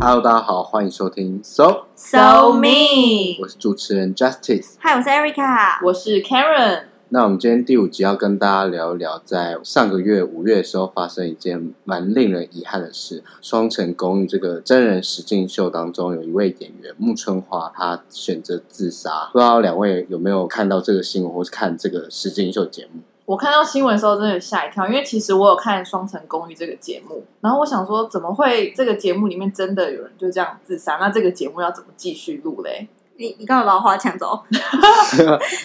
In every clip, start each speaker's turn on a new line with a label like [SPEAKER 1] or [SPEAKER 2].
[SPEAKER 1] Hello，大家好，欢迎收听 So，
[SPEAKER 2] So me，
[SPEAKER 1] 我是主持人 Justice。
[SPEAKER 2] 嗨，我是 Erica，
[SPEAKER 3] 我是 Karen，
[SPEAKER 1] 那我们今天第五集要跟大家聊一聊，在上个月五月的时候发生一件蛮令人遗憾的事，《双城公寓》这个真人实境秀当中，有一位演员木村花，她选择自杀。不知道两位有没有看到这个新闻，或是看这个实境秀节目？
[SPEAKER 3] 我看到新闻的时候真的吓一跳，因为其实我有看《双层公寓》这个节目，然后我想说，怎么会这个节目里面真的有人就这样自杀？那这个节目要怎么继续录嘞？
[SPEAKER 2] 你你跟我把我话抢走。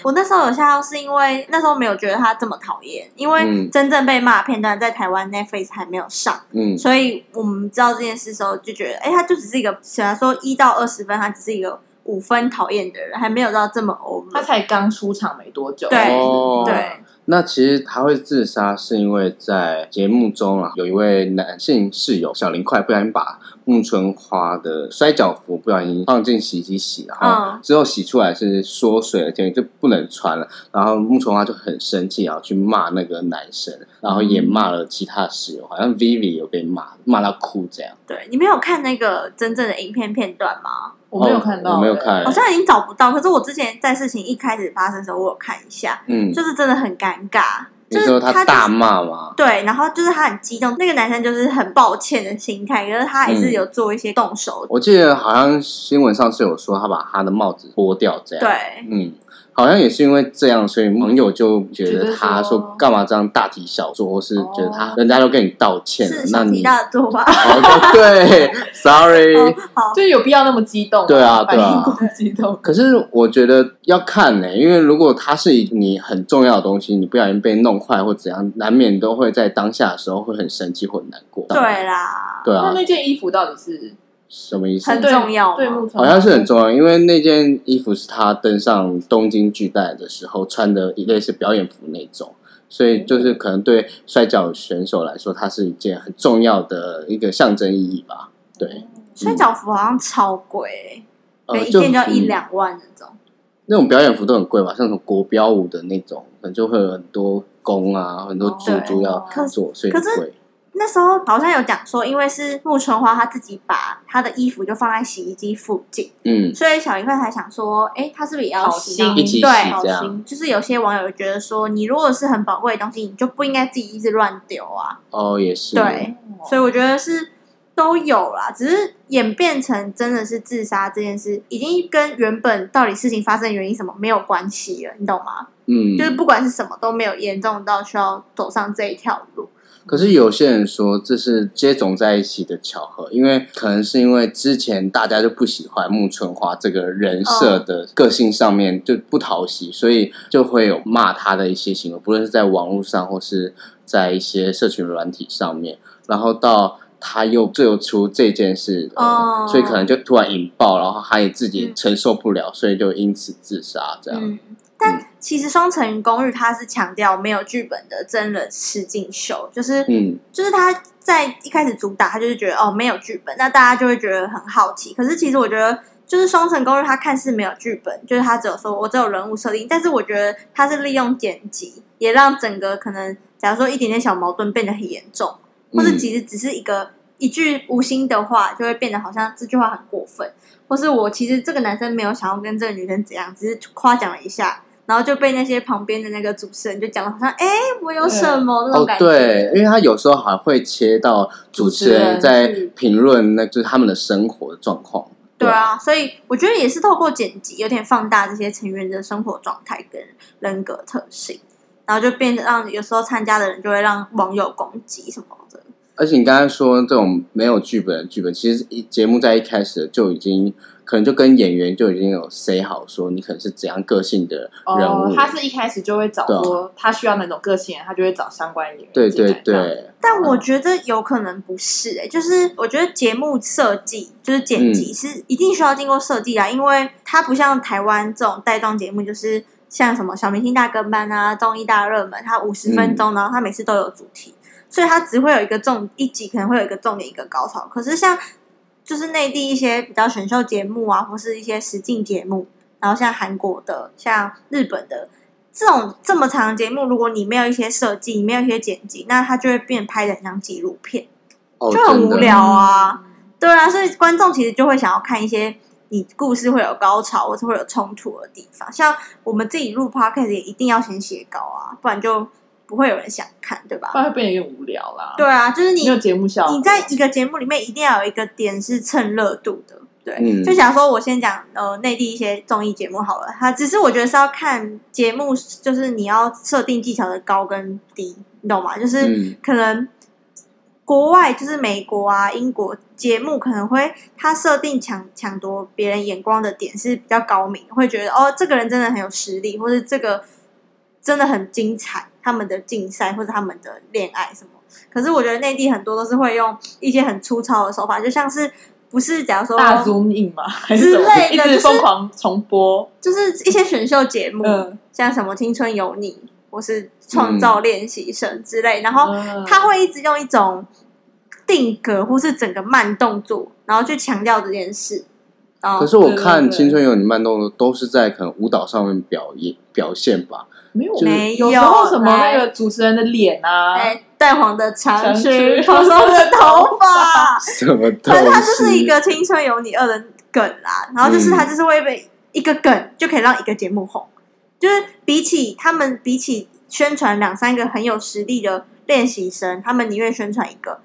[SPEAKER 2] 我那时候有吓到，是因为那时候没有觉得他这么讨厌，因为
[SPEAKER 1] 嗯
[SPEAKER 2] 真正被骂的片段在台湾 Netflix 还没有上，
[SPEAKER 1] 嗯，
[SPEAKER 2] 所以我们知道这件事的时候就觉得，哎、他就只是一个，虽然说一到二十分，他只是一个五分讨厌的人，还没有到这么 over。
[SPEAKER 3] 他才刚出场没多久，
[SPEAKER 2] 嗯对
[SPEAKER 1] 哦
[SPEAKER 2] 对，
[SPEAKER 1] 那其实他会自杀，是因为在节目中啊，有一位男性室友小林快不小心把木村花的摔跤服不小心放进洗衣机洗，然后
[SPEAKER 2] 嗯
[SPEAKER 1] 之后洗出来是缩水了，简直就不能穿了。然后木村花就很生气，然后去骂那个男生，然后
[SPEAKER 2] 嗯
[SPEAKER 1] 也骂了其他室友，好像 Vivi 有被骂，骂到哭这样。
[SPEAKER 2] 对，你没有看那个真正的影片片段吗？
[SPEAKER 3] 我没有看到、
[SPEAKER 1] 哦我没有，看
[SPEAKER 2] 好，像已经找不到。可是我之前在事情一开始发生的时候，我有看一下，
[SPEAKER 1] 嗯，
[SPEAKER 2] 就是真的很尴尬。
[SPEAKER 1] 你
[SPEAKER 2] 就是
[SPEAKER 1] 说
[SPEAKER 2] 他就是
[SPEAKER 1] 大骂吗？
[SPEAKER 2] 对，然后就是他很激动，那个男生就是很抱歉的心态，可是他
[SPEAKER 1] 嗯
[SPEAKER 2] 还是有做一些动手。
[SPEAKER 1] 我记得好像新闻上是有说他把他的帽子剥掉这样。
[SPEAKER 2] 对，
[SPEAKER 1] 嗯，好像也是因为这样，所以网友就觉得他
[SPEAKER 3] 觉得说
[SPEAKER 1] 说干嘛这样大题小做，或是觉得他
[SPEAKER 3] 哦
[SPEAKER 1] 人家都跟你道歉了
[SPEAKER 2] 是，小
[SPEAKER 1] 那
[SPEAKER 2] 题
[SPEAKER 1] 你
[SPEAKER 2] 大做 吧。
[SPEAKER 1] 好像对
[SPEAKER 2] 哦
[SPEAKER 1] ，sorry。
[SPEAKER 2] 好，
[SPEAKER 3] 就是有必要那么激动吗？
[SPEAKER 1] 对 啊
[SPEAKER 3] 反
[SPEAKER 1] 对啊
[SPEAKER 3] 应过激动，
[SPEAKER 1] 可是我觉得要看呢、因为如果它是你很重要的东西，你不小心被弄坏或怎样，难免都会在当下的时候会很生气或很难过。
[SPEAKER 2] 对啦，
[SPEAKER 1] 对
[SPEAKER 3] 那
[SPEAKER 1] 啊，
[SPEAKER 3] 那件衣服到底是
[SPEAKER 1] 什么意思？
[SPEAKER 2] 很
[SPEAKER 3] 对
[SPEAKER 2] 重要吗
[SPEAKER 3] 对木村
[SPEAKER 1] 好像是很重要，因为那件衣服是他登上东京巨蛋的时候穿的，类似表演服那种，所以就是可能对摔跤选手来说，它是一件很重要的一个象征意义吧。对，
[SPEAKER 2] 摔跤服好像超贵、
[SPEAKER 1] 呃
[SPEAKER 2] 每一
[SPEAKER 1] 嗯就
[SPEAKER 2] 件就要一
[SPEAKER 1] 嗯
[SPEAKER 2] 两万那种。
[SPEAKER 1] 那种表演服都很贵吧，像什么国标舞的那种，可能就会有很多弓啊，很多珠珠要
[SPEAKER 2] 哦可
[SPEAKER 1] 做，所以
[SPEAKER 2] 可是
[SPEAKER 1] 贵。
[SPEAKER 2] 那时候好像有讲说，因为是木村花她自己把她的衣服就放在洗衣机附近，
[SPEAKER 1] 嗯，
[SPEAKER 2] 所以小林饭才想说，哎、她是不是也要
[SPEAKER 3] 好
[SPEAKER 2] 洗呢？
[SPEAKER 3] 心
[SPEAKER 1] 一起洗
[SPEAKER 2] 对，
[SPEAKER 1] 这
[SPEAKER 3] 好
[SPEAKER 1] 样
[SPEAKER 3] 心
[SPEAKER 2] 就是有些网友觉得说，你如果是很宝贵的东西，你就不应该自己一直乱丢啊。
[SPEAKER 1] 哦，也是
[SPEAKER 2] 对所以我觉得是都有啦，只是演变成真的是自杀这件事，已经跟原本到底事情发生的原因什么没有关系了，你懂吗？
[SPEAKER 1] 嗯，
[SPEAKER 2] 就是不管是什么都没有严重到需要走上这一条路。
[SPEAKER 1] 可是有些人说这是接种在一起的巧合，因为可能是因为之前大家就不喜欢木村花这个人设的个性上面就不讨喜，所以就会有骂他的一些行为，不论是在网络上或是在一些社群软体上面，然后到。他又做出这件事，呃
[SPEAKER 2] 哦
[SPEAKER 1] 所以可能就突然引爆，然后他也自己承受不了，所以就因此自杀。这样，
[SPEAKER 2] 嗯，但其实《双城公寓》它是强调没有剧本的真人实境秀，就是
[SPEAKER 1] 嗯
[SPEAKER 2] 就是他在一开始主打，他就是觉得哦没有剧本，那大家就会觉得很好奇。可是其实我觉得，就是《双城公寓》它看似没有剧本，就是它只有说我只有人物设定，但是我觉得它是利用剪辑，也让整个可能假如说一点点小矛盾变得很严重，或者
[SPEAKER 1] 嗯
[SPEAKER 2] 其实只是一个一句无心的话，就会变得好像这句话很过分，或是我其实这个男生没有想要跟这个女生怎样，只是夸奖了一下。然后就被那些旁边的那个主持人就讲的好像，哎，我有什么那种
[SPEAKER 1] 哦
[SPEAKER 2] 感，觉？
[SPEAKER 1] 对，因为他有时候还会切到主持人
[SPEAKER 3] 主持人
[SPEAKER 1] 在
[SPEAKER 3] 是
[SPEAKER 1] 评论，那就是他们的生活的状况。
[SPEAKER 2] 对，啊，所以我觉得也是透过剪辑，有点放大这些成员的生活状态跟人格特性，然后就变得让有时候参加的人就会让网友攻击什么的。
[SPEAKER 1] 而且你刚才说这种没有剧本的剧本，其实一节目在一开始就已经可能就跟演员就已经有 say 好，说你可能是怎样个性的人物。
[SPEAKER 3] 哦，他是一开始就会找
[SPEAKER 1] 对啊
[SPEAKER 3] 说他需要哪种个性人，他就会找相关演员
[SPEAKER 1] 对
[SPEAKER 3] 进来
[SPEAKER 1] 对
[SPEAKER 3] 这样
[SPEAKER 1] 对，
[SPEAKER 2] 但我觉得有可能不是、欸，就是我觉得节目设计就是剪辑是一定需要经过设计啊，因为它不像台湾这种带状节目，就是像什么小明星大跟班啊、综艺大热门，它五十分钟，然后它每次都有主题，所以它只会有一个重一集可能会有一个重点一个高潮。可是像就是内地一些比较选秀节目啊，或是一些实境节目，然后像韩国的、像日本的这种这么长的节目，如果你没有一些设计，你没有一些剪辑，那它就会变拍的像纪录片，
[SPEAKER 1] 哦，
[SPEAKER 2] 就很
[SPEAKER 1] 真的
[SPEAKER 2] 无聊啊。
[SPEAKER 3] 嗯
[SPEAKER 2] 对啊，所以观众其实就会想要看一些你故事会有高潮或是会有冲突的地方。像我们自己录 podcast 也一定要先写稿啊，不然就不会有人想看，对吧
[SPEAKER 3] 不？然会变得有点无聊啦。
[SPEAKER 2] 对，啊，就是你
[SPEAKER 3] 没有节目效果。
[SPEAKER 2] 你在一个节目里面一定要有一个点是蹭热度的，对。
[SPEAKER 1] 嗯
[SPEAKER 2] 就假如说我先讲呃内地一些综艺节目好了，它只是我觉得是要看节目，就是你要设定技巧的高跟低，你懂吗？就是
[SPEAKER 1] 嗯
[SPEAKER 2] 可能国外就是美国啊、英国节目可能会它设定抢抢夺别人眼光的点是比较高明，会觉得哦这个人真的很有实力，或是这个真的很精彩，他们的竞赛或者他们的恋爱什么。可是我觉得内地很多都是会用一些很粗糙的手法，就像是不是假如说
[SPEAKER 3] 大 zoom in 嘛，还是什么
[SPEAKER 2] 之类的
[SPEAKER 3] 一
[SPEAKER 2] 就
[SPEAKER 3] 直
[SPEAKER 2] 是
[SPEAKER 3] 疯狂重播。
[SPEAKER 2] 就是一些选秀节目，
[SPEAKER 3] 嗯
[SPEAKER 2] 像什么《青春有你》或是《创造练习生》之类，然后
[SPEAKER 3] 嗯
[SPEAKER 2] 他会一直用一种定格或是整个慢动作，然后去强调这件事。啊
[SPEAKER 1] 可，是我
[SPEAKER 3] 对
[SPEAKER 1] 看《
[SPEAKER 3] 对
[SPEAKER 1] 青春有你慢动作》都是在可能舞蹈上面表演表现 吧，
[SPEAKER 3] 没有
[SPEAKER 1] 就是
[SPEAKER 2] 没
[SPEAKER 3] 有
[SPEAKER 2] 有
[SPEAKER 3] 时候什么那
[SPEAKER 2] 来
[SPEAKER 3] 个主持人的脸啊，
[SPEAKER 2] 哎，淡黄的长
[SPEAKER 3] 长
[SPEAKER 2] 裙，
[SPEAKER 3] 裙
[SPEAKER 2] 蓬松的头 发，
[SPEAKER 1] 什么东西？
[SPEAKER 2] 反正它就是一个《青春有你二》的梗啦，然后
[SPEAKER 3] 嗯
[SPEAKER 2] 就是它就是会被一个梗就可以让一个节目红，就是比起他们比起宣传两三个很有实力的练习生，他们宁愿宣传一个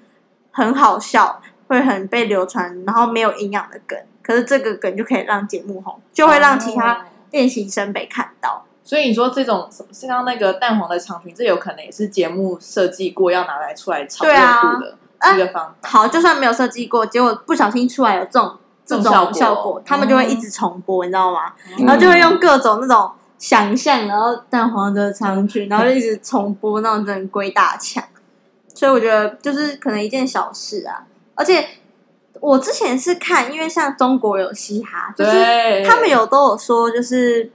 [SPEAKER 2] 很好笑、会很被流传，然后没有营养的梗，可是这个梗就可以让节目红，就会让其他
[SPEAKER 3] 哦。
[SPEAKER 2] 练习生被看到。
[SPEAKER 3] 所以你说这种什么，像刚刚那个淡黄的长裙，这有可能也是节目设计过要拿来出来炒热
[SPEAKER 2] 对啊
[SPEAKER 3] 度的
[SPEAKER 2] 啊
[SPEAKER 3] 一个方法。
[SPEAKER 2] 好，就算没有设计过，结果不小心出来有这种这种
[SPEAKER 3] 这种效果嗯
[SPEAKER 2] 效果，他们就会一直重播，你知道吗？
[SPEAKER 1] 嗯
[SPEAKER 2] 然后就会用各种那种想象，然后淡黄的长裙，然后就一直重播那种真的鬼打墙。所以我觉得就是可能一件小事啊，而且我之前是看，因为像中国有嘻哈，就是
[SPEAKER 3] 对，
[SPEAKER 2] 他们有都有说，就是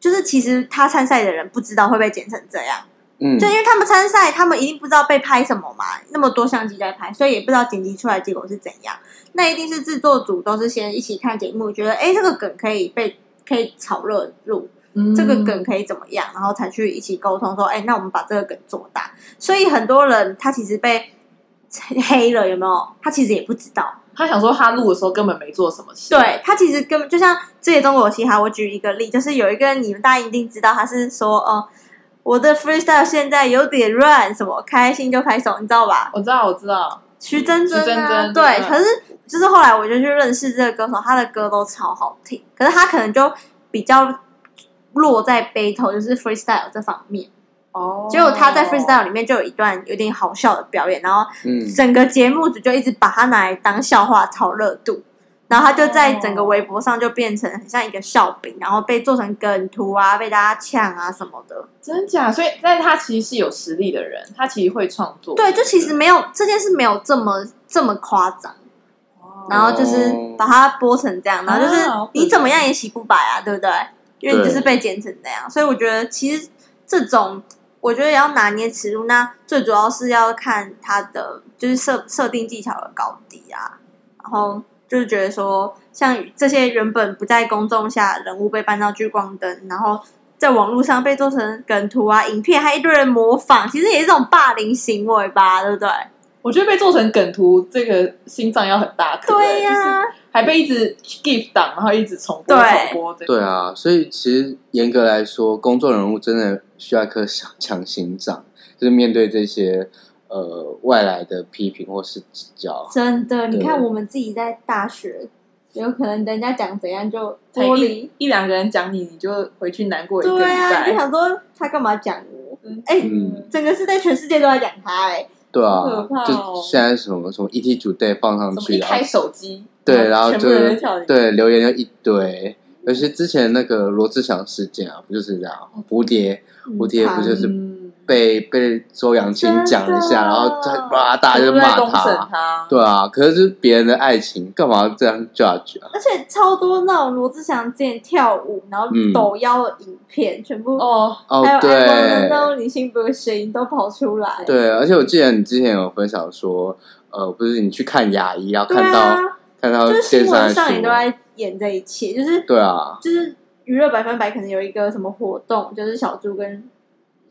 [SPEAKER 2] 就是其实他参赛的人不知道会被剪成这样，
[SPEAKER 1] 嗯
[SPEAKER 2] 就因为他们参赛，他们一定不知道被拍什么嘛，那么多相机在拍，所以也不知道剪辑出来结果是怎样。那一定是制作组都是先一起看节目，觉得哎、诶这个梗可以被可以炒热度，
[SPEAKER 3] 嗯
[SPEAKER 2] 这个梗可以怎么样，然后才去一起沟通说，哎、那我们把这个梗做大。所以很多人他其实被 黑了，有没有？他其实也不知道，
[SPEAKER 3] 他想说他录的时候根本没做什么事，
[SPEAKER 2] 对他其实根本就像这些中国嘻哈，我举一个例，就是有一个你们大家一定知道，他是说呃，我的 freestyle 现在有点乱，什么开心就拍手，你知道吧？
[SPEAKER 3] 我知道，我知道，
[SPEAKER 2] 徐真真啊，
[SPEAKER 3] 徐真真
[SPEAKER 2] 对，
[SPEAKER 3] 对
[SPEAKER 2] 可是就是后来我就去认识这个歌手，他的歌都超好听，可是他可能就比较落在 battle，就是 freestyle 这方面。
[SPEAKER 3] 哦
[SPEAKER 2] 结果他在 freestyle 里面就有一段有点好笑的表演，然后
[SPEAKER 1] 嗯
[SPEAKER 2] 整个节目组就一直把他拿来当笑话炒热度，然后他就在整个微博上就变成很像一个笑柄，然后被做成梗图啊，被大家呛啊什么的。
[SPEAKER 3] 真假，所以但他其实是有实力的人，他其实会创作，
[SPEAKER 2] 对，就其实没有这件事没有这么这么夸张，
[SPEAKER 3] 哦，
[SPEAKER 2] 然后就是把它播成这样，然后就是
[SPEAKER 3] 啊好可
[SPEAKER 2] 你怎么样也洗不白啊，对不对？因为你就是被剪成那样，所以我觉得其实这种。我觉得要拿捏尺度，那最主要是要看它的就是设设定技巧的高低啊。然后就是觉得说，像这些原本不在公众下的人物被搬到聚光灯，然后在网络上被做成梗图啊、影片，还一堆人模仿，其实也是一种霸凌行为吧，对不对？
[SPEAKER 3] 我觉得被做成梗图，这个心脏要很大颗，
[SPEAKER 2] 对呀、
[SPEAKER 3] 就是还被一直 give 档，然后一直重播
[SPEAKER 2] 对
[SPEAKER 3] 重播，这个
[SPEAKER 1] 对啊，所以其实严格来说，公众人物真的需要一颗强 强心脏，就是面对这些呃外来的批评或是指教。
[SPEAKER 2] 真的，你
[SPEAKER 1] 对
[SPEAKER 2] 看我们自己在大学，有可能人家讲怎样就
[SPEAKER 3] 才
[SPEAKER 2] 脱
[SPEAKER 3] 一
[SPEAKER 2] 离。
[SPEAKER 3] 一两个人讲你，你就回去难过一个礼
[SPEAKER 2] 对啊，你就
[SPEAKER 3] 拜。
[SPEAKER 2] 想说他干嘛讲我？哎、
[SPEAKER 1] 嗯
[SPEAKER 2] 整个是在全世界都在讲他、哎，
[SPEAKER 1] 对啊，
[SPEAKER 3] 好可怕哦
[SPEAKER 1] 就现在什么什么 ET 组队放上
[SPEAKER 3] 怎么
[SPEAKER 1] 去，
[SPEAKER 3] 一
[SPEAKER 1] 然后
[SPEAKER 3] 开手机，
[SPEAKER 1] 对，然后
[SPEAKER 3] 全
[SPEAKER 1] 就
[SPEAKER 3] 部人都跳进去，
[SPEAKER 1] 对留言就一堆。尤其之前那个罗志祥事件啊，不就是这样？蝴蝶蝴蝶不就是
[SPEAKER 3] 嗯，
[SPEAKER 1] 被被周扬青讲一
[SPEAKER 2] 真的
[SPEAKER 1] 下，然后他哇，大家就骂
[SPEAKER 3] 攻审
[SPEAKER 1] 他。
[SPEAKER 3] 他，
[SPEAKER 1] 对啊，可是就是别人的爱情，干嘛这样 judge 啊？
[SPEAKER 2] 而且超多那种罗志祥之前跳舞，然后
[SPEAKER 1] 嗯
[SPEAKER 2] 抖腰的影片，全部，
[SPEAKER 3] 哦，
[SPEAKER 1] 哦
[SPEAKER 2] 还有，
[SPEAKER 1] 对，
[SPEAKER 2] 爱忘的那种女性的声音都跑出来。
[SPEAKER 1] 对，而且我记得你之前有分享说，呃，不是你去看牙医，然后
[SPEAKER 2] 对
[SPEAKER 1] 看到、
[SPEAKER 2] 啊，
[SPEAKER 1] 看到
[SPEAKER 2] 就是
[SPEAKER 1] 线
[SPEAKER 2] 新
[SPEAKER 1] 上
[SPEAKER 2] 闻
[SPEAKER 1] 的
[SPEAKER 2] 上也
[SPEAKER 1] 新
[SPEAKER 2] 都
[SPEAKER 1] 闻，
[SPEAKER 2] 在演这一切，就是
[SPEAKER 1] 对啊，
[SPEAKER 2] 就是娱乐百分百可能有一个什么活动，就是小猪跟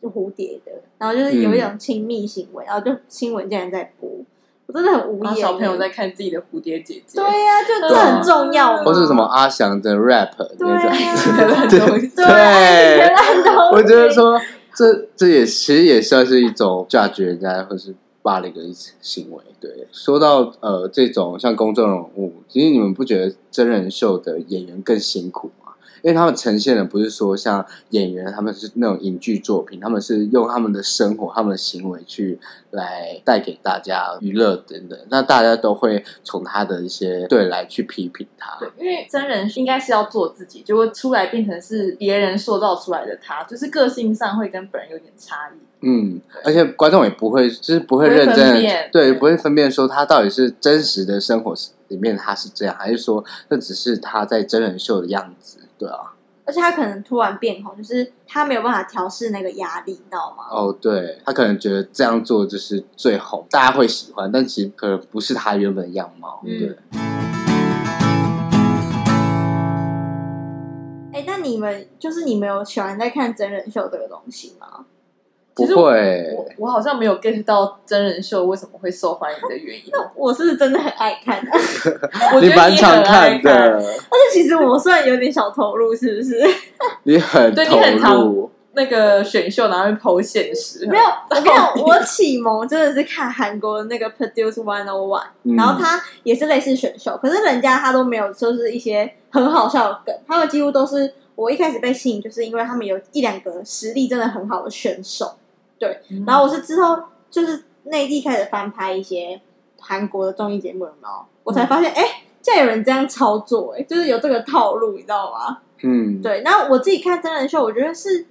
[SPEAKER 1] 嗯
[SPEAKER 2] 蝴蝶的，然后就是有一种亲密行为，然后就新闻竟然在播，我真的很无
[SPEAKER 3] 然后
[SPEAKER 2] 言。
[SPEAKER 3] 啊
[SPEAKER 2] 欸
[SPEAKER 3] 小朋友在看自己的蝴蝶姐姐，
[SPEAKER 2] 对 呀、就
[SPEAKER 3] 对啊
[SPEAKER 2] 这很重要嘛。
[SPEAKER 1] 或是什么阿翔的 rap
[SPEAKER 2] 嗯对
[SPEAKER 1] 那种。
[SPEAKER 2] 啊，
[SPEAKER 3] 很容易
[SPEAKER 2] 对啊，原来都
[SPEAKER 1] 我觉得说这这也其实也算是一种价值人家或是霸凌的一种行为。对，说到呃这种像公众人物，其实你们不觉得真人秀的演员更辛苦吗？因为他们呈现的不是说像演员，他们是那种影剧作品，他们是用他们的生活、他们的行为去来带给大家娱乐等等，那大家都会从他的一些对来去批评他。
[SPEAKER 3] 对，因为真人应该是要做自己，结果出来变成是别人塑造出来的他，就是个性上会跟本人有点差异。
[SPEAKER 1] 嗯，而且观众也不会，就是不会
[SPEAKER 3] 不会
[SPEAKER 1] 认真
[SPEAKER 3] 分
[SPEAKER 1] 的
[SPEAKER 3] 辨，
[SPEAKER 1] 对，
[SPEAKER 3] 对
[SPEAKER 1] 不会分辨说他到底是真实的生活里面他是这样，还是说那只是他在真人秀的样子，对啊，
[SPEAKER 2] 而且他可能突然变红，就是他没有办法调试那个压力，你知道吗？
[SPEAKER 1] 哦，对他可能觉得这样做就是最红，大家会喜欢，但其实可能不是他原本的样貌，
[SPEAKER 2] 嗯
[SPEAKER 1] 对。
[SPEAKER 2] 哎，那你们就是你们有喜欢在看真人秀这个东西吗？
[SPEAKER 1] 不
[SPEAKER 3] 其实
[SPEAKER 1] 会
[SPEAKER 3] 我，我好像没有 get 到真人秀为什么会受欢迎的原 因。
[SPEAKER 2] 我是真的很爱看， 但是
[SPEAKER 3] 我觉得
[SPEAKER 1] 蛮常
[SPEAKER 3] 很爱看
[SPEAKER 1] 的，
[SPEAKER 2] 其实我算有点小投入，是不是？
[SPEAKER 1] 你很
[SPEAKER 3] 对你
[SPEAKER 1] 投
[SPEAKER 3] 很常
[SPEAKER 1] 入，
[SPEAKER 3] 那个选秀，然后会剖现 实。
[SPEAKER 2] 没有，我跟你讲，我启蒙真的是看韩国的那个 Produce One O One，
[SPEAKER 1] 嗯
[SPEAKER 2] 然后他也是类似选秀，可是人家他都没有就是一些很好笑的梗，他们几乎都是我一开始被吸引，就是因为他们有一两个实力真的很好的选手，
[SPEAKER 3] 嗯，
[SPEAKER 2] 然后我是之后就是内地开始翻拍一些韩国的综艺节目，有没有？我才发现，哎、竟然有人这样操作、哎，就是有这个套路，你知道吗？
[SPEAKER 1] 嗯，
[SPEAKER 2] 对，那我自己看真人秀，我觉得是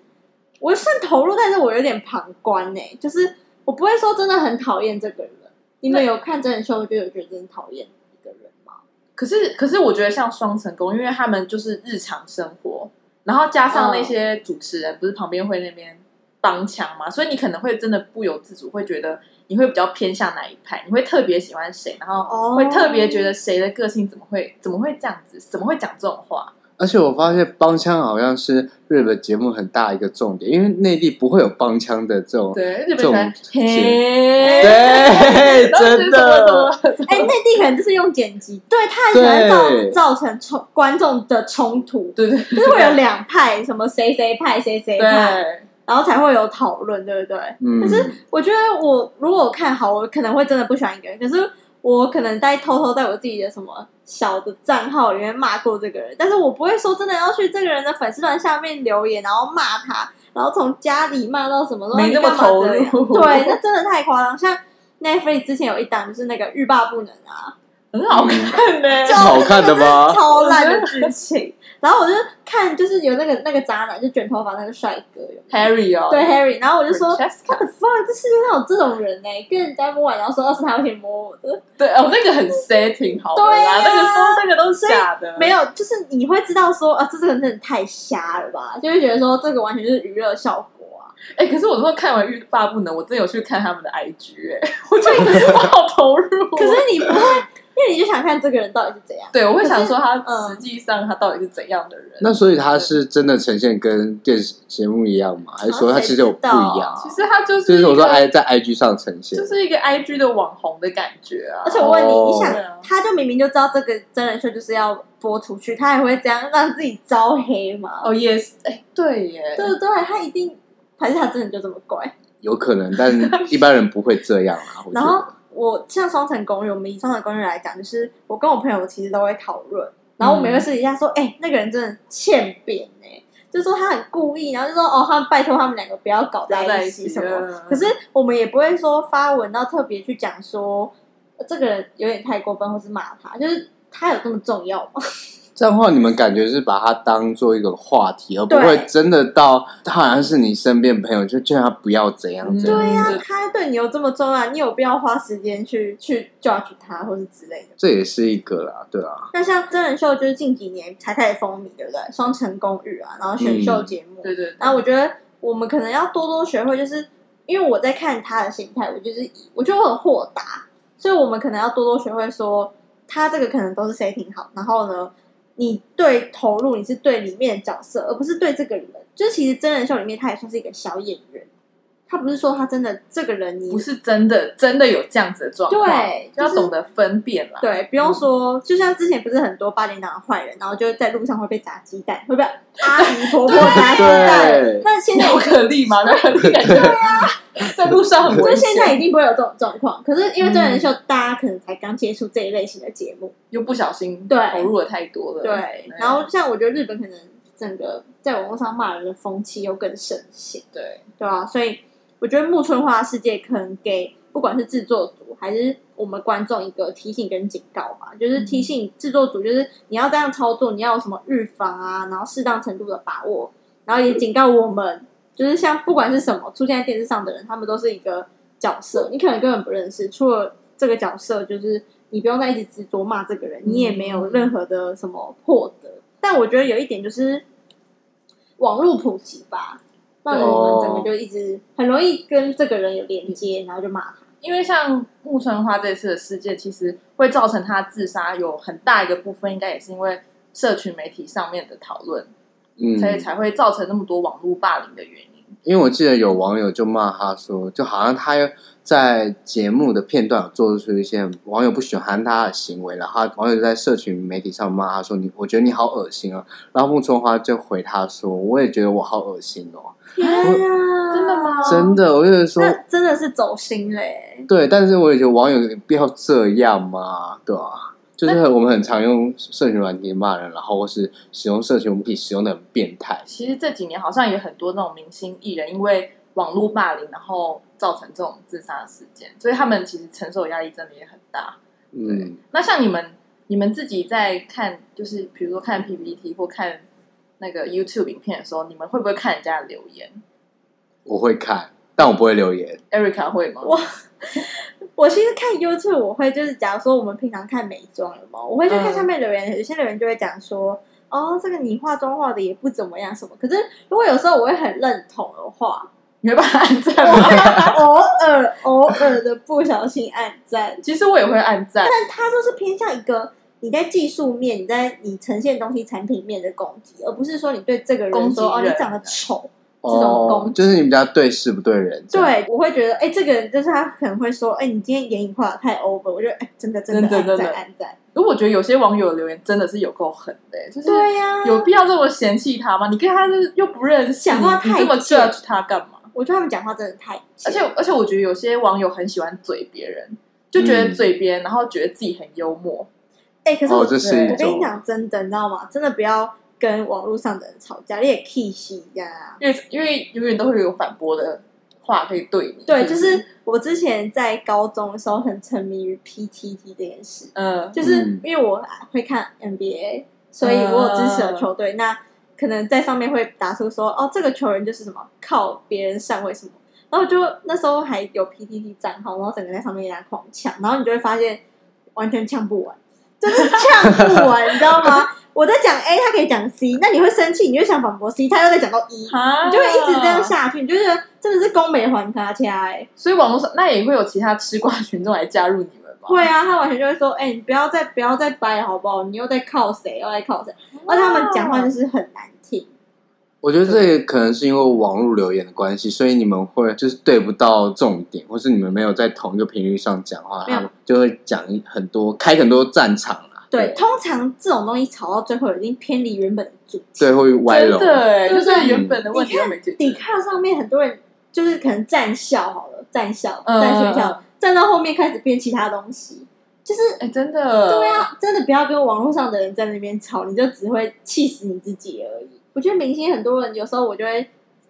[SPEAKER 2] 我算投入，但是我有点旁观呢、欸就是我不会说真的很讨厌这个人。你们有看真人秀就有觉得真的讨厌一个人吗？
[SPEAKER 3] 可是可是我觉得像双成功，因为他们就是日常生活，然后加上那些主持人，不是旁边会那边帮腔嘛，所以你可能会真的不由自主会觉得你会比较偏向哪一派，你会特别喜欢谁，然后
[SPEAKER 2] 哦
[SPEAKER 3] 会特别觉得谁的个性怎么会怎么会这样子，怎么会讲这种话？
[SPEAKER 1] 而且我发现帮腔好像是日本节目很大一个重点，因为内地不会有帮腔的这种，
[SPEAKER 3] 对，
[SPEAKER 1] 这
[SPEAKER 3] 日本喜
[SPEAKER 1] 种
[SPEAKER 3] 欢
[SPEAKER 1] 对，
[SPEAKER 3] 嘿， 然后就是
[SPEAKER 1] 真
[SPEAKER 3] 什么
[SPEAKER 1] 的，
[SPEAKER 3] 什么什么
[SPEAKER 2] 哎，内地可能就是用剪辑，对他很喜
[SPEAKER 1] 对
[SPEAKER 2] 欢造造成冲观众的冲突，
[SPEAKER 3] 对对
[SPEAKER 2] 就是会有两派，什么谁谁派谁谁派，
[SPEAKER 3] 对，
[SPEAKER 2] 然后才会有讨论，对不对？
[SPEAKER 1] 嗯，
[SPEAKER 2] 可是我觉得我如果我看好，我可能会真的不喜欢一个人，可是我可能在偷偷在我自己的什么小的账号里面骂过这个人，但是我不会说真的要去这个人的粉丝团下面留言，然后骂他，然后从家里骂到什么，说
[SPEAKER 3] 没
[SPEAKER 2] 你
[SPEAKER 3] 那么
[SPEAKER 2] 干嘛
[SPEAKER 3] 投
[SPEAKER 2] 这样
[SPEAKER 3] 入
[SPEAKER 2] 对，那真的太夸张，像。Netflix 之前有一档就是那个欲罢不能啊，
[SPEAKER 3] 很好
[SPEAKER 1] 嗯
[SPEAKER 3] 看呢。
[SPEAKER 2] 就
[SPEAKER 1] 好看的吗
[SPEAKER 2] 就是超烂的剧情。然后我就看，就是有那个那个渣男，就卷头发那个帅哥，有没有
[SPEAKER 3] Harry 哦，
[SPEAKER 2] 对 Harry，然后我就说
[SPEAKER 3] Francesca
[SPEAKER 2] What the fuck？这世界上有这种人呢、跟人家摸完，然后说哦是他会先摸我的，
[SPEAKER 3] 对哦，那个很 setting 好的
[SPEAKER 2] 对
[SPEAKER 3] 啦，
[SPEAKER 2] 啊
[SPEAKER 3] 那个都那个都是假的，
[SPEAKER 2] 没有，就是你会知道说啊，这这个人真的太瞎了吧，就会觉得说这个完全就是娱乐效果啊。
[SPEAKER 3] 哎、可是我那时候看完《欲罢不能》，我真的有去看他们的 IG，哎、我 觉得我好投入哦、
[SPEAKER 2] 可是你不会，因为你就想看这个人到底是怎样。
[SPEAKER 3] 对，我会想说他
[SPEAKER 2] 可是嗯
[SPEAKER 3] 实际上他到底是怎样的人。
[SPEAKER 1] 那所以他是真的呈现跟电视节目一样吗？还是说他其实有不一样？啊
[SPEAKER 3] 其实他就是
[SPEAKER 1] 就
[SPEAKER 3] 一
[SPEAKER 1] 是
[SPEAKER 3] 个
[SPEAKER 1] 我说 I 在 IG 上呈现
[SPEAKER 3] 啊就，是一个 IG 的网红的感觉啊
[SPEAKER 2] 而。且我问你，
[SPEAKER 1] 哦
[SPEAKER 2] 你想
[SPEAKER 3] 对啊，
[SPEAKER 2] 他就明明就知道这个真人秀就是要播出去，他还会这样让自己招黑吗？
[SPEAKER 3] 哦也是，哎、对耶，
[SPEAKER 2] 对不对？他一定还是他真的就这么乖。
[SPEAKER 1] 有可能， 但一般人不会这样啊。我觉
[SPEAKER 2] 然后
[SPEAKER 1] 得，
[SPEAKER 2] 我像双层公寓，我们以双层公寓来讲，就是我跟我朋友其实都会讨论，然后我们也会私底下说，哎、那个人真的欠扁哎、就说他很故意，然后就说哦，他们拜托他们两个不要搞
[SPEAKER 3] 加在
[SPEAKER 2] 一
[SPEAKER 3] 一
[SPEAKER 2] 起
[SPEAKER 3] 起啊
[SPEAKER 2] 什么。
[SPEAKER 3] 的
[SPEAKER 2] 可是我们也不会说发文到特别去讲说呃这个人有点太过分，或是骂他，就是他有这么重要吗？
[SPEAKER 1] 这样的话，你们感觉是把它当做一个话题，而不会
[SPEAKER 2] 对
[SPEAKER 1] 真的到他好像是你身边朋友，就劝他不要怎样怎样。
[SPEAKER 2] 对呀、
[SPEAKER 3] 嗯
[SPEAKER 2] 他对你有这么重要，你有必要花时间去去 judge 他，或是之类的吗。
[SPEAKER 1] 这也是一个啦，对啊，
[SPEAKER 2] 那像真人秀就是近几年才开始风靡，对不对？双城公寓啊，然后选秀节目。
[SPEAKER 3] 嗯对对对，
[SPEAKER 2] 然后我觉得我们可能要多多学会，就是因为我在看他的心态，我就是以我觉得我很豁达，所以我们可能要多多学会说，他这个可能都是 setting 好，然后呢，你对投入你是对里面的角色，而不是对这个人。就是其实真人秀里面他也算是一个小演员，他不是说他真的这个人你
[SPEAKER 3] 不是真的真的有这样子的状况，
[SPEAKER 2] 对
[SPEAKER 3] 就要
[SPEAKER 2] 就是
[SPEAKER 3] 懂得分辨啦。
[SPEAKER 2] 对，不用说，就像之前不是很多八点档的坏人，然后就在路上会被砸鸡蛋，会被阿姨婆婆砸鸡蛋
[SPEAKER 1] 对。
[SPEAKER 2] 那现在
[SPEAKER 3] 有可力嘛？那可力感觉啊 在路上很
[SPEAKER 2] 就
[SPEAKER 3] 危
[SPEAKER 2] 是现在
[SPEAKER 3] 险，
[SPEAKER 2] 一定不会有这种状况。可是因为真
[SPEAKER 1] 嗯
[SPEAKER 2] 人秀，大家可能才刚接触这一类型的节目，
[SPEAKER 3] 又不小心
[SPEAKER 2] 对
[SPEAKER 3] 投入的太多了。
[SPEAKER 2] 对。啊然后像我觉得日本可能整个在网络上骂人的风气又更盛行，
[SPEAKER 3] 对，
[SPEAKER 2] 对啊，所以我觉得木村花世界可能给不管是制作组还是我们观众一个提醒跟警告吧，就是提醒制作组，就是你要这样操作，你要有什么预防啊，然后适当程度的把握，然后也警告我们，就是像不管是什么出现在电视上的人，他们都是一个角色，你可能根本不认识，除了这个角色，就是你不用再一直执着骂这个人，你也没有任何的什么获得。但我觉得有一点就是网络普及吧，让我们整个就一直很容易跟这个人有连接，然后就骂他。
[SPEAKER 3] 因为像木村花这次的事件，其实会造成他自杀，有很大一个部分应该也是因为社群媒体上面的讨论，
[SPEAKER 1] 嗯，
[SPEAKER 3] 所以才会造成那么多网络霸凌的原因。
[SPEAKER 1] 因为我记得有网友就骂他说，就好像他在节目的片段有做出一些网友不喜欢他的行为，然后他网友就在社群媒体上骂他说：“你，我觉得你好恶心哦。”然后木村花就回他说：“我也觉得我好恶心哦。
[SPEAKER 2] 天啊，
[SPEAKER 3] 真的？吗？
[SPEAKER 1] 真的，我就觉得说，
[SPEAKER 2] 那真的是走心嘞、
[SPEAKER 1] 对，但是我也觉得网友有必要这样吗？对啊，就是我们很常用社群软体骂人，然后或是使用社群媒体使用的很变态。
[SPEAKER 3] 其实这几年好像也很多那种明星艺人，因为网络霸凌，然后造成这种自杀事件，所以他们其实承受的压力真的也很大。
[SPEAKER 1] 嗯，
[SPEAKER 3] 那像你们，你们自己在看，就是比如说看 PPT 或看那个 YouTube 影片的时候，你们会不会看人家的留言
[SPEAKER 1] 我会看，但我不会留言。
[SPEAKER 3] ？Erica 会吗？
[SPEAKER 2] 我我其实看 YouTube，我会就是，假如说我们平常看美妆有没有，我会去看
[SPEAKER 3] 嗯
[SPEAKER 2] 下面留言，有些留言就会讲说，哦，这个你化妆化的也不怎么样什么。可是如果有时候我会很认同的话，
[SPEAKER 3] 你会把它按赞
[SPEAKER 2] 我
[SPEAKER 3] 吗？
[SPEAKER 2] 会偶尔偶尔的不小心按赞，
[SPEAKER 3] 其实我也会按赞，
[SPEAKER 2] 但它就是偏向一个你在技术面、你在你呈现东西产品面的攻击，而不是说你对这个
[SPEAKER 3] 攻
[SPEAKER 2] 人
[SPEAKER 3] 击
[SPEAKER 2] 说哦你
[SPEAKER 3] 人
[SPEAKER 2] 长得丑。这种攻
[SPEAKER 1] 哦
[SPEAKER 2] 击，
[SPEAKER 1] 就是你比较对事不对人。这样，
[SPEAKER 2] 对，我会觉得，哎、这个人就是他可能会说，哎、你今天眼影画的太 over，我觉得，哎、真的真的
[SPEAKER 3] 真的
[SPEAKER 2] 暗
[SPEAKER 3] 真
[SPEAKER 2] 赞
[SPEAKER 3] 的
[SPEAKER 2] 暗赞，
[SPEAKER 3] 如果我觉得有些网友的留言真的是有够狠的、欸就是
[SPEAKER 2] 对啊呀、
[SPEAKER 3] 有必要这么嫌弃他吗？你跟他是又不认识，
[SPEAKER 2] 讲话太
[SPEAKER 3] 你这么
[SPEAKER 2] 贱
[SPEAKER 3] judge 他干嘛？
[SPEAKER 2] 我觉得他们讲话真的太
[SPEAKER 3] 而
[SPEAKER 2] 贱，
[SPEAKER 3] 且而且，我觉得有些网友很喜欢嘴别人，就觉得
[SPEAKER 1] 嗯
[SPEAKER 3] 嘴别人，然后觉得自己很幽默。
[SPEAKER 2] 哎、可是
[SPEAKER 1] 哦
[SPEAKER 2] 我、
[SPEAKER 1] 这是一
[SPEAKER 2] 我跟你
[SPEAKER 1] 种
[SPEAKER 2] 讲，真的，你知道吗？真的不要跟网络上的人吵架，你也 k 息呀。
[SPEAKER 3] 因为因为永远都会有反驳的话可以对你。
[SPEAKER 2] 对，
[SPEAKER 3] 不
[SPEAKER 2] 就是我之前在高中的时候很沉迷于 PTT 这件事，
[SPEAKER 3] 嗯，
[SPEAKER 2] 就是
[SPEAKER 1] 嗯
[SPEAKER 2] 因为我会看 NBA，所以我有支持的球队，那可能在上面会打出说，哦，这个球员就是什么靠别人上位什么，然后就那时候还有 PTT 账号，然后整个在上面给他狂抢，然后你就会发现完全抢不完，就是抢不完，你知道吗？我在讲 A，他可以讲 C，那你会生气，你就想反驳 C，他又在讲到 E，
[SPEAKER 3] 啊
[SPEAKER 2] 你就会一直这样。下去，你就觉得真的是攻美还他掐哎、欸
[SPEAKER 3] 所以网络上那也会有其他吃瓜群众来加入你们吗？
[SPEAKER 2] 会啊，他完全就会说：“哎、你不要再不要再掰了好不好？你又在靠谁，又在靠谁。”而且他们讲话就是很难听。
[SPEAKER 1] 我觉得这也可能是因为网络留言的关系，所以你们会就是对不到重点，或是你们没有在同一个频率上讲话，
[SPEAKER 2] 没有
[SPEAKER 1] 他们就会讲一很多开很多战场啊啦，
[SPEAKER 2] 对，通常这种东西吵到最后已经偏离原本的主题。
[SPEAKER 1] 对，会歪哦
[SPEAKER 3] 真
[SPEAKER 1] 楼。
[SPEAKER 3] 的
[SPEAKER 2] 对
[SPEAKER 3] 欸，就
[SPEAKER 2] 不
[SPEAKER 3] 是
[SPEAKER 2] 对
[SPEAKER 3] 原本的问题都没解决。
[SPEAKER 2] 你看上面很多人就是可能站校好了，站校
[SPEAKER 3] 嗯
[SPEAKER 2] 站学校，站到后面开始变其他东西，就是
[SPEAKER 3] 哎，真的，
[SPEAKER 2] 对，啊，真的不要跟网络上的人在那边吵，你就只会气死你自己而已。我觉得明星很多人有时候我就会，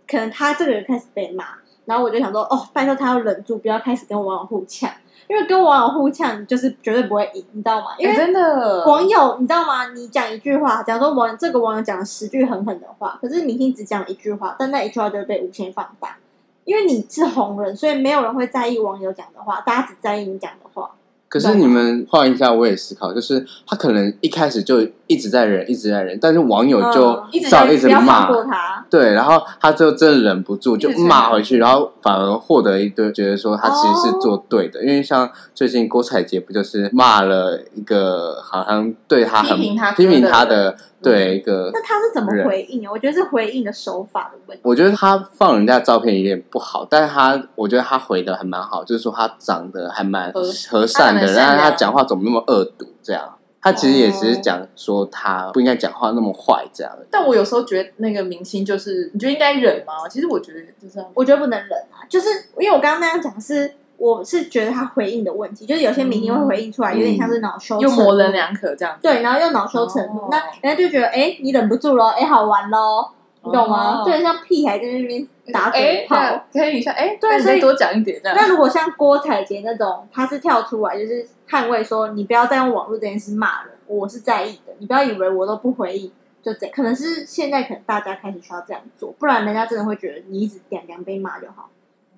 [SPEAKER 2] 可能他这个人开始被骂，然后我就想说，哦，拜托他要忍住，不要开始跟网友互呛，因为跟网友互呛就是绝对不会赢，你知道吗？因
[SPEAKER 3] 哎，
[SPEAKER 2] 为
[SPEAKER 3] 真
[SPEAKER 1] 嗯
[SPEAKER 3] 的，
[SPEAKER 2] 网友，你知道吗？你讲一句话，假如说网这个网友讲了十句狠狠的话，可是明星只讲一句话，但那一句话就会被无限放大，因为你是红人，所以没有人会在意网友讲的话，大家只在意你讲的话。
[SPEAKER 1] 可是你们换一下，我也思考，就是他可能一开始就一直在忍，一直在忍，但是网友就
[SPEAKER 2] 嗯
[SPEAKER 3] 一直
[SPEAKER 1] 照
[SPEAKER 3] 在
[SPEAKER 1] 直
[SPEAKER 3] 不要
[SPEAKER 1] 骂
[SPEAKER 3] 放，过他，
[SPEAKER 1] 对，然后他就真的忍不住就
[SPEAKER 3] 一直在
[SPEAKER 1] 骂回去，然后反而获得一堆觉得说他其
[SPEAKER 3] 哦
[SPEAKER 1] 实是做对的，因为像最近郭采洁不就是骂了一个好像对他很
[SPEAKER 3] 批评他
[SPEAKER 1] 批评他
[SPEAKER 3] 的嗯
[SPEAKER 1] 的对一个
[SPEAKER 2] 那他是怎么回应啊？我觉得是回应的手法的问题。
[SPEAKER 1] 我觉得他放人家照片有点不好，但是他我觉得他回的还蛮好，就是说他长得还蛮
[SPEAKER 3] 和
[SPEAKER 1] 和善的
[SPEAKER 3] 他，很善良哦
[SPEAKER 1] 但是他讲话怎么那么恶毒这样？他其实也只是讲说他不应该讲话那么坏这样。
[SPEAKER 3] 但我有时候觉得那个明星就是，你觉得应该忍吗？其实我觉得就是要
[SPEAKER 2] 我觉得不能忍啊，就是因为我刚刚那样讲是。我是觉得他回应的问题，就是有些明星会回应出来，
[SPEAKER 1] 嗯
[SPEAKER 2] 有点像是恼羞成
[SPEAKER 3] 又
[SPEAKER 2] 怒
[SPEAKER 3] 模棱两可这样子，
[SPEAKER 2] 对，然后又恼羞成怒，
[SPEAKER 3] 哦
[SPEAKER 2] 那人家就觉得，哎、你忍不住喽，哎、好玩喽，你懂吗？
[SPEAKER 3] 哦
[SPEAKER 2] 就很像屁孩在那边打嘴
[SPEAKER 3] 哎，
[SPEAKER 2] 炮。
[SPEAKER 3] 那可以一下，哎，
[SPEAKER 2] 对
[SPEAKER 3] 那你
[SPEAKER 2] 所
[SPEAKER 3] 再
[SPEAKER 2] 以
[SPEAKER 3] 多讲一点这样。
[SPEAKER 2] 那如果像郭采洁那种，她是跳出来就是捍卫说，你不要再用网络这件事骂人，我是在意的，你不要以为我都不回应，就这样。可能是现在可能大家开始需要这样做，不然人家真的会觉得你一直点点被骂就好，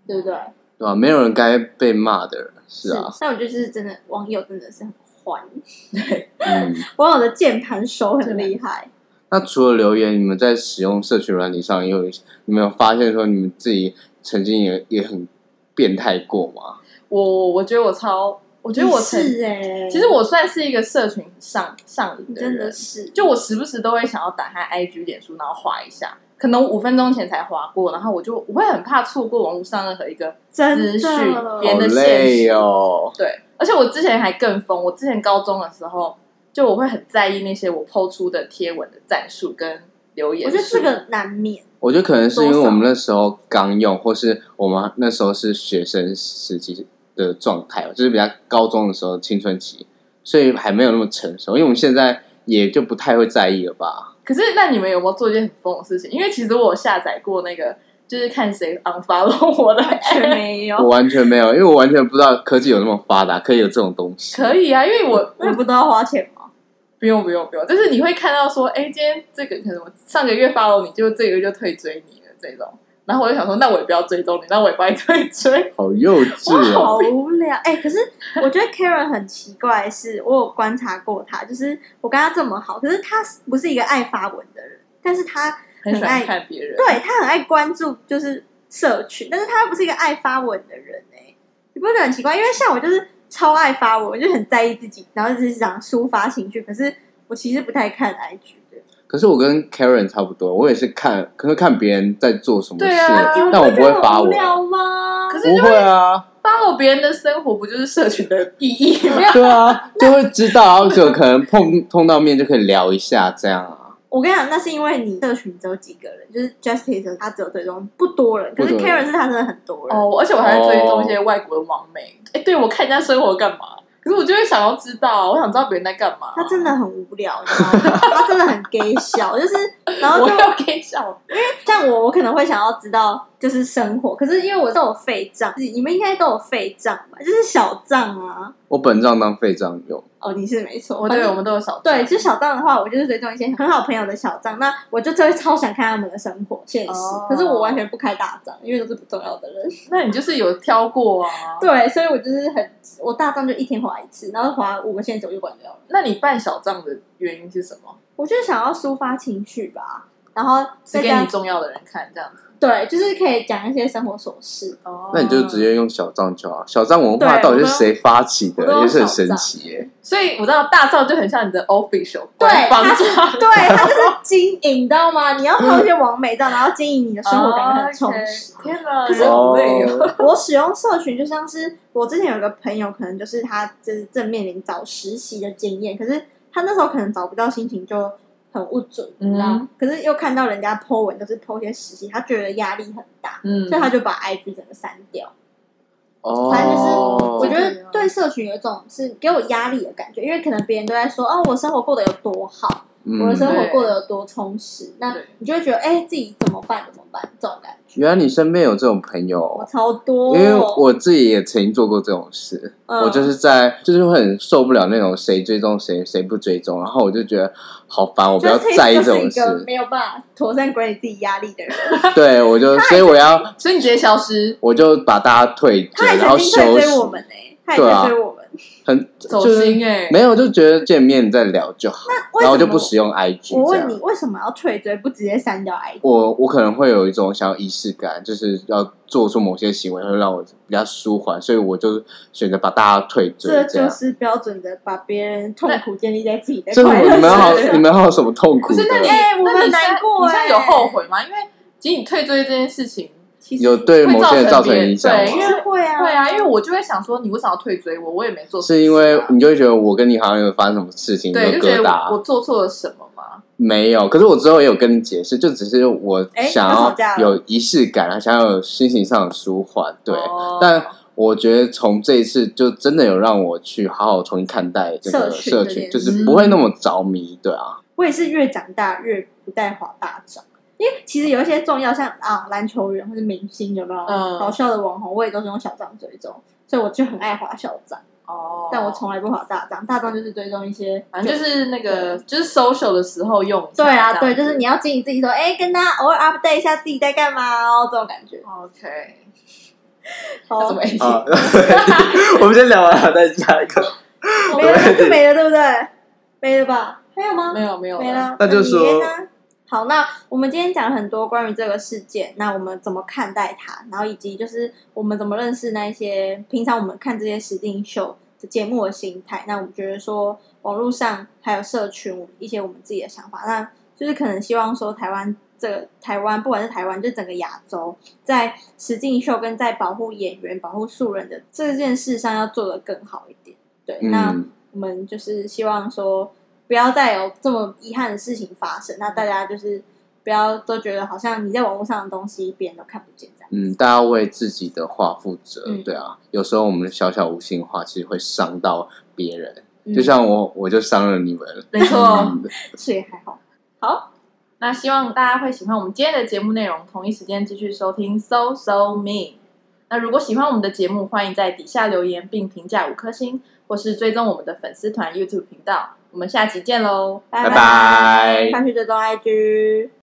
[SPEAKER 2] 对不对？
[SPEAKER 3] 嗯
[SPEAKER 1] 对吧、没有人该被骂的人，是啊，
[SPEAKER 2] 那我就是真的网友真的是很坏，
[SPEAKER 1] 嗯。
[SPEAKER 2] 网友的键盘手很厉害。
[SPEAKER 1] 那除了留言，你们在使用社群软体上也有，你们有发现说你们自己曾经也也很变态过吗？
[SPEAKER 3] 我我觉得我超，我觉得我曾，
[SPEAKER 2] 是哎、
[SPEAKER 3] 其实我呃算是一个社群上上瘾
[SPEAKER 2] 你
[SPEAKER 3] 的
[SPEAKER 2] 真的
[SPEAKER 3] 人，
[SPEAKER 2] 是
[SPEAKER 3] 就我时不时都会想要打开 IG、脸书，然后划一下。可能五分钟前才划过，然后我就我会很怕错过网络上任何一个
[SPEAKER 2] 真
[SPEAKER 3] 资讯
[SPEAKER 2] 的，
[SPEAKER 3] 别人
[SPEAKER 1] 好
[SPEAKER 3] 的现
[SPEAKER 1] 累
[SPEAKER 3] 实
[SPEAKER 1] 哦，
[SPEAKER 3] 对，而且我之前还更疯，我之前高中的时候，就我会很在意那些我抛出的贴文的战术跟留言
[SPEAKER 2] 我
[SPEAKER 3] 数。
[SPEAKER 2] 觉得这个难 免。
[SPEAKER 1] 我觉得可能是因为我们那时候刚用，或是我们那时候是学生时期的状态，就是比较高中的时候青春期，所以还没有那么成熟。因为我们现在也就不太会在意了吧？
[SPEAKER 3] 可是那你们有没有做一件很疯的事情？因为其实我有下载过那个，就是看谁 unfollow 我的
[SPEAKER 2] 全没
[SPEAKER 1] 我
[SPEAKER 3] 哦
[SPEAKER 2] 有，
[SPEAKER 1] 完全没有，因为我完全不知道科技有那么发达，可以有这种东西。
[SPEAKER 3] 可以啊，因为 我
[SPEAKER 2] 那你不都要花钱吗？
[SPEAKER 3] 不用不用不用，就是你会看到说，哎，今天这个可能我上个月 follow 你，就这个月就退追你了这种。然后我就想说，那我也不要追踪你，那我也不爱退 追。
[SPEAKER 1] 好幼稚
[SPEAKER 2] 我
[SPEAKER 1] 哦！
[SPEAKER 2] 好无聊哎、可是我觉得 Karen 很奇怪的是，我有观察过她，就是我跟她这么好，可是她不是一个爱发文的人，但是她
[SPEAKER 3] 很喜
[SPEAKER 2] 很
[SPEAKER 3] 欢
[SPEAKER 2] 爱
[SPEAKER 3] 看别人，
[SPEAKER 2] 对她很爱关注就是社群，但是她又不是一个爱发文的人哎、你不觉得很奇怪？因为像我就是超爱发文，我就很在意自己，然后就是想抒发情绪，可是我其实不太看 IG 的。
[SPEAKER 1] 可是我跟 Karen 差不多，我也是看，可是看别人在做什么事，
[SPEAKER 3] 对啊
[SPEAKER 2] 你们
[SPEAKER 1] 但我不
[SPEAKER 2] 觉
[SPEAKER 1] 会
[SPEAKER 2] 得
[SPEAKER 1] 发
[SPEAKER 2] 很无
[SPEAKER 1] 文，
[SPEAKER 2] 聊吗？
[SPEAKER 3] 可是
[SPEAKER 1] 不会啊，
[SPEAKER 3] follow 别人的生活不就是社群的意义吗？
[SPEAKER 1] 对啊，就会知道，然后就可能碰碰到面就可以聊一下这样啊。
[SPEAKER 2] 我跟你讲，那是因为你社群只有几个人，就是 Justice 他只有追踪不多人，可是
[SPEAKER 1] 不多人
[SPEAKER 2] Karen 是他真的很多人。
[SPEAKER 3] 哦，而且我还会追踪一些外国的网美。哎、对我看人家生活干嘛？可是我就会想要知道，我想知道别人在干嘛。
[SPEAKER 2] 他真的很无聊，你知道 吗？他真的很 gay 笑，就是然后
[SPEAKER 3] 我
[SPEAKER 2] 就
[SPEAKER 3] 要给笑。
[SPEAKER 2] 像我，我可能会想要知道就是生活，可是因为我都有废账，你们应该都有废账吧？就是小账啊。
[SPEAKER 1] 我本账当废账用。
[SPEAKER 2] 哦，你是没错，
[SPEAKER 3] 我
[SPEAKER 2] 反
[SPEAKER 3] 对
[SPEAKER 2] 正
[SPEAKER 3] 我们都有少
[SPEAKER 2] 对，就小账的话，我就是追踪一些很好朋友的小账，那我就真的超想看他们的生活现实。
[SPEAKER 3] 哦
[SPEAKER 2] 可是我完全不开大账，因为都是不重要的人。
[SPEAKER 3] 那你就是有挑过啊？。
[SPEAKER 2] 对，所以我就是很，我大账就一天划一次，然后划五个线索就关掉了。
[SPEAKER 3] 那你办小账的原因是什么？
[SPEAKER 2] 我就想要抒发情绪吧，然后
[SPEAKER 3] 是
[SPEAKER 2] 再
[SPEAKER 3] 给
[SPEAKER 2] 加
[SPEAKER 3] 你重要的人看这样子。
[SPEAKER 2] 对，就是可以讲一些生活琐事。
[SPEAKER 3] 哦
[SPEAKER 1] 那你就直。接用小账就好。小账文化到底是谁发起
[SPEAKER 2] 对我
[SPEAKER 1] 的，
[SPEAKER 2] 都
[SPEAKER 1] 也是很神奇耶、
[SPEAKER 3] 所以我知道大账就很像你的 official
[SPEAKER 2] 对
[SPEAKER 3] 官方
[SPEAKER 2] 它
[SPEAKER 3] 账。
[SPEAKER 2] 对，它 就是经营，你知道吗？你要拍一些完美照，然后经营你的生活，感觉很充实。
[SPEAKER 3] 哦，OK 天哪，
[SPEAKER 2] 可是
[SPEAKER 3] 人好累哦。
[SPEAKER 2] 我使用社群就像是我之前有个朋友，可能就是他就是正面临找实习的经验，可是他那时候可能找不到，心情就很不准，你知道吗？可是又看到人家 po 文都是 po 一些实习，他觉得压力很大，
[SPEAKER 3] 嗯
[SPEAKER 2] 所以他就把 IG 整个删掉。
[SPEAKER 1] 哦，
[SPEAKER 2] 反正就是我觉
[SPEAKER 3] 这
[SPEAKER 2] 得
[SPEAKER 3] 样
[SPEAKER 2] 对社群有一种是给我压力的感觉，因为可能别人都在说哦，我生活过得有多好，
[SPEAKER 1] 嗯
[SPEAKER 2] 我的生活过得有多充实，那
[SPEAKER 3] 对
[SPEAKER 2] 你就会觉得哎、自己怎么办怎么办这种感觉。
[SPEAKER 1] 原来你身边有这种朋友
[SPEAKER 2] 我
[SPEAKER 1] 哦，
[SPEAKER 2] 超
[SPEAKER 1] 因
[SPEAKER 2] 多，
[SPEAKER 1] 为我自己也曾经做过这种事。
[SPEAKER 2] 嗯
[SPEAKER 1] 我就是在就是会很受不了那种谁追踪谁谁不追踪，然后我就觉得好烦，我不要
[SPEAKER 2] 就是
[SPEAKER 1] 在意这
[SPEAKER 2] 就是
[SPEAKER 1] 种
[SPEAKER 2] 一个
[SPEAKER 1] 事。
[SPEAKER 2] 没有办法妥善管理自己压力 的人。
[SPEAKER 1] 对，我就所以我要
[SPEAKER 3] 所以你直接消失。
[SPEAKER 1] 我就把大家退追
[SPEAKER 2] 他，还
[SPEAKER 1] 然
[SPEAKER 2] 曾
[SPEAKER 1] 后
[SPEAKER 2] 经退
[SPEAKER 1] 休息
[SPEAKER 2] 追。我们呢、他也
[SPEAKER 1] 对啊
[SPEAKER 2] 退追我们，
[SPEAKER 1] 很
[SPEAKER 3] 走
[SPEAKER 1] 就是
[SPEAKER 3] 心哎、
[SPEAKER 1] 没有，就觉得见面再聊就好，
[SPEAKER 2] 为
[SPEAKER 1] 然后就
[SPEAKER 2] 什么
[SPEAKER 1] 不使用 IG 这
[SPEAKER 2] 我
[SPEAKER 1] 样。
[SPEAKER 2] 问你，为什么要退追，不直接删掉 IG？
[SPEAKER 1] 我我可能会有一种想要仪式感，就是要做出某些行为会让我比较舒缓，所以我就选择把大家退追
[SPEAKER 2] 这
[SPEAKER 1] 这
[SPEAKER 2] 就
[SPEAKER 1] 样。
[SPEAKER 2] 是标准的把别人痛苦建立在自己的
[SPEAKER 1] 这
[SPEAKER 2] 快
[SPEAKER 1] 我
[SPEAKER 2] 乐
[SPEAKER 1] 你们好
[SPEAKER 2] 上，
[SPEAKER 1] 你们还有什么痛
[SPEAKER 3] 不
[SPEAKER 1] 苦的
[SPEAKER 3] 是？那你、
[SPEAKER 2] 哎我
[SPEAKER 3] 那
[SPEAKER 2] 们
[SPEAKER 3] 你现在
[SPEAKER 2] 难过
[SPEAKER 3] 你现在
[SPEAKER 2] 哎
[SPEAKER 3] 有后悔吗？因为其实你退追这件事情，
[SPEAKER 2] 其实
[SPEAKER 1] 有对某些人
[SPEAKER 3] 会
[SPEAKER 1] 造
[SPEAKER 3] 造成
[SPEAKER 1] 成
[SPEAKER 3] 别人
[SPEAKER 1] 影响
[SPEAKER 3] 对
[SPEAKER 2] 其
[SPEAKER 1] 吗？
[SPEAKER 2] 实会啊，
[SPEAKER 3] 对啊，因为我就会想说，你为什么要退追我？我也没做什么
[SPEAKER 1] 是
[SPEAKER 3] 事啊、
[SPEAKER 1] 因为你就会觉得我跟你好像有发生什么事情，有
[SPEAKER 3] 对，就觉
[SPEAKER 1] 疙
[SPEAKER 3] 得
[SPEAKER 1] 瘩。
[SPEAKER 3] 我我做错了什么嘛？
[SPEAKER 1] 没有，可是我之后也有跟你解释，就只是我
[SPEAKER 2] 哎
[SPEAKER 1] 想
[SPEAKER 2] 又
[SPEAKER 1] 要
[SPEAKER 2] 吵架了
[SPEAKER 1] 有仪式感啊，想要有心情上的舒缓。对，
[SPEAKER 3] 哦
[SPEAKER 1] 但我觉得从这一次就真的有让我去好好重新看待这个
[SPEAKER 2] 社群
[SPEAKER 1] 社
[SPEAKER 2] 这
[SPEAKER 1] 群，
[SPEAKER 2] 件
[SPEAKER 1] 就
[SPEAKER 2] 事
[SPEAKER 1] 是不会那么着迷。对啊，
[SPEAKER 2] 我也是越长大越不带滑大掌，因为其实有一些重要像啊篮球员或者明星有没有、
[SPEAKER 3] 嗯
[SPEAKER 2] 搞笑的网红，我也都是用小账追踪，所以我就很爱滑小账，
[SPEAKER 3] 哦，
[SPEAKER 2] 但我从来不滑大账，大账就是追踪一些
[SPEAKER 3] 反正就是那个就是 social 的时候用一下。
[SPEAKER 2] 对啊，
[SPEAKER 3] 这
[SPEAKER 2] 对，
[SPEAKER 3] 样子
[SPEAKER 2] 就是你要经营自己说，哎、跟他偶尔 update 一下自己在干嘛哦，这种感 觉。
[SPEAKER 3] OK，
[SPEAKER 2] 好
[SPEAKER 3] 怎么已经
[SPEAKER 1] 好，啊 我们先聊完了，再下一个。
[SPEAKER 2] 没 了就没了，对不对？没了吧？还有吗？
[SPEAKER 3] 没有没有
[SPEAKER 2] 没了。
[SPEAKER 1] 那就说
[SPEAKER 2] 你呢啊好，那我们今天讲了很多关于这个事件，那我们怎么看待它，然后以及就是我们怎么认识那一些平常我们看这些实境秀的节目的心态。那我们觉得说网络上还有社群一些我们自己的想法，那就是可能希望说台湾这个台湾不管是台湾，就整个亚洲，在实境秀跟在保护演员、保护素人的这件事上要做得更好一点。对，那。
[SPEAKER 1] 嗯，
[SPEAKER 2] 我们就是希望说，不要再有这么遗憾的事情发生。那大家就是不要都觉得好像你在网络上的东西别人都看不见这样。
[SPEAKER 1] 嗯，大家为自己的话负责，
[SPEAKER 2] 嗯
[SPEAKER 1] 对啊。有时候我们小小无心的话，其实会伤到别人。
[SPEAKER 2] 嗯
[SPEAKER 1] 就像我，我就伤了你们。
[SPEAKER 3] 没错。
[SPEAKER 1] 嗯
[SPEAKER 2] 是也还好。
[SPEAKER 3] 那希望大家会喜欢我们今天的节目内容，同一时间继续收听 So So Me。那如果喜欢我们的节目，欢迎在底下留言并评价五颗星，或是追踪我们的粉丝团 YouTube 频道。我们下期见喽，
[SPEAKER 1] 拜
[SPEAKER 2] 拜，
[SPEAKER 1] 拜。
[SPEAKER 2] 上去追踪 IG。